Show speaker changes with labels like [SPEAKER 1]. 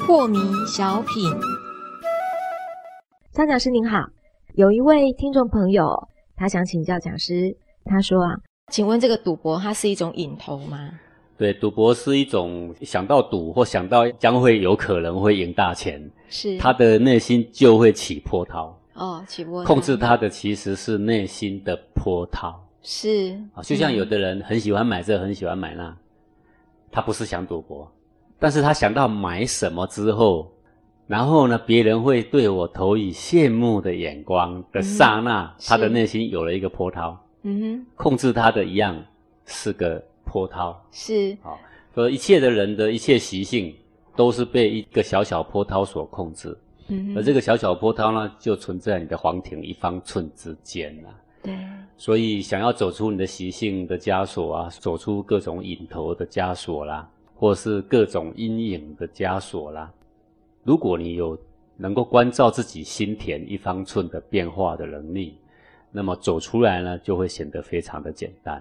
[SPEAKER 1] 破迷小品。张讲师您好，有一位听众朋友，他想请教讲师，他说啊，请问这个赌博它是一种瘾头吗？
[SPEAKER 2] 对，赌博是一种想到赌或想到将会有可能会赢大钱，
[SPEAKER 1] 是
[SPEAKER 2] 他的内心就会起波涛。
[SPEAKER 1] 哦，起波
[SPEAKER 2] 控制他的其实是内心的波涛
[SPEAKER 1] 是
[SPEAKER 2] 啊，就像有的
[SPEAKER 1] 嗯
[SPEAKER 2] 人很喜欢买这，很喜欢买那，他不是想赌博，但是他想到买什么之后，然后呢，别人会对我投以羡慕的眼光的刹那，
[SPEAKER 1] 嗯是
[SPEAKER 2] 他的内心有了一个波涛。
[SPEAKER 1] 嗯哼
[SPEAKER 2] 控制他的一样是个波涛。
[SPEAKER 1] 是
[SPEAKER 2] 好，所以一切的人的一切习性都是被一个小小波涛所控制，
[SPEAKER 1] 嗯
[SPEAKER 2] 而
[SPEAKER 1] 哼
[SPEAKER 2] 这个小小波涛呢，就存在你的黄庭一方寸之间啊。
[SPEAKER 1] 对
[SPEAKER 2] 所以，想要走出你的习性的枷锁啊，走出各种瘾头的枷锁啦，或是各种阴影的枷锁啦，如果你有能够关照自己心田一方寸的变化的能力，那么走出来呢，就会显得非常的简单。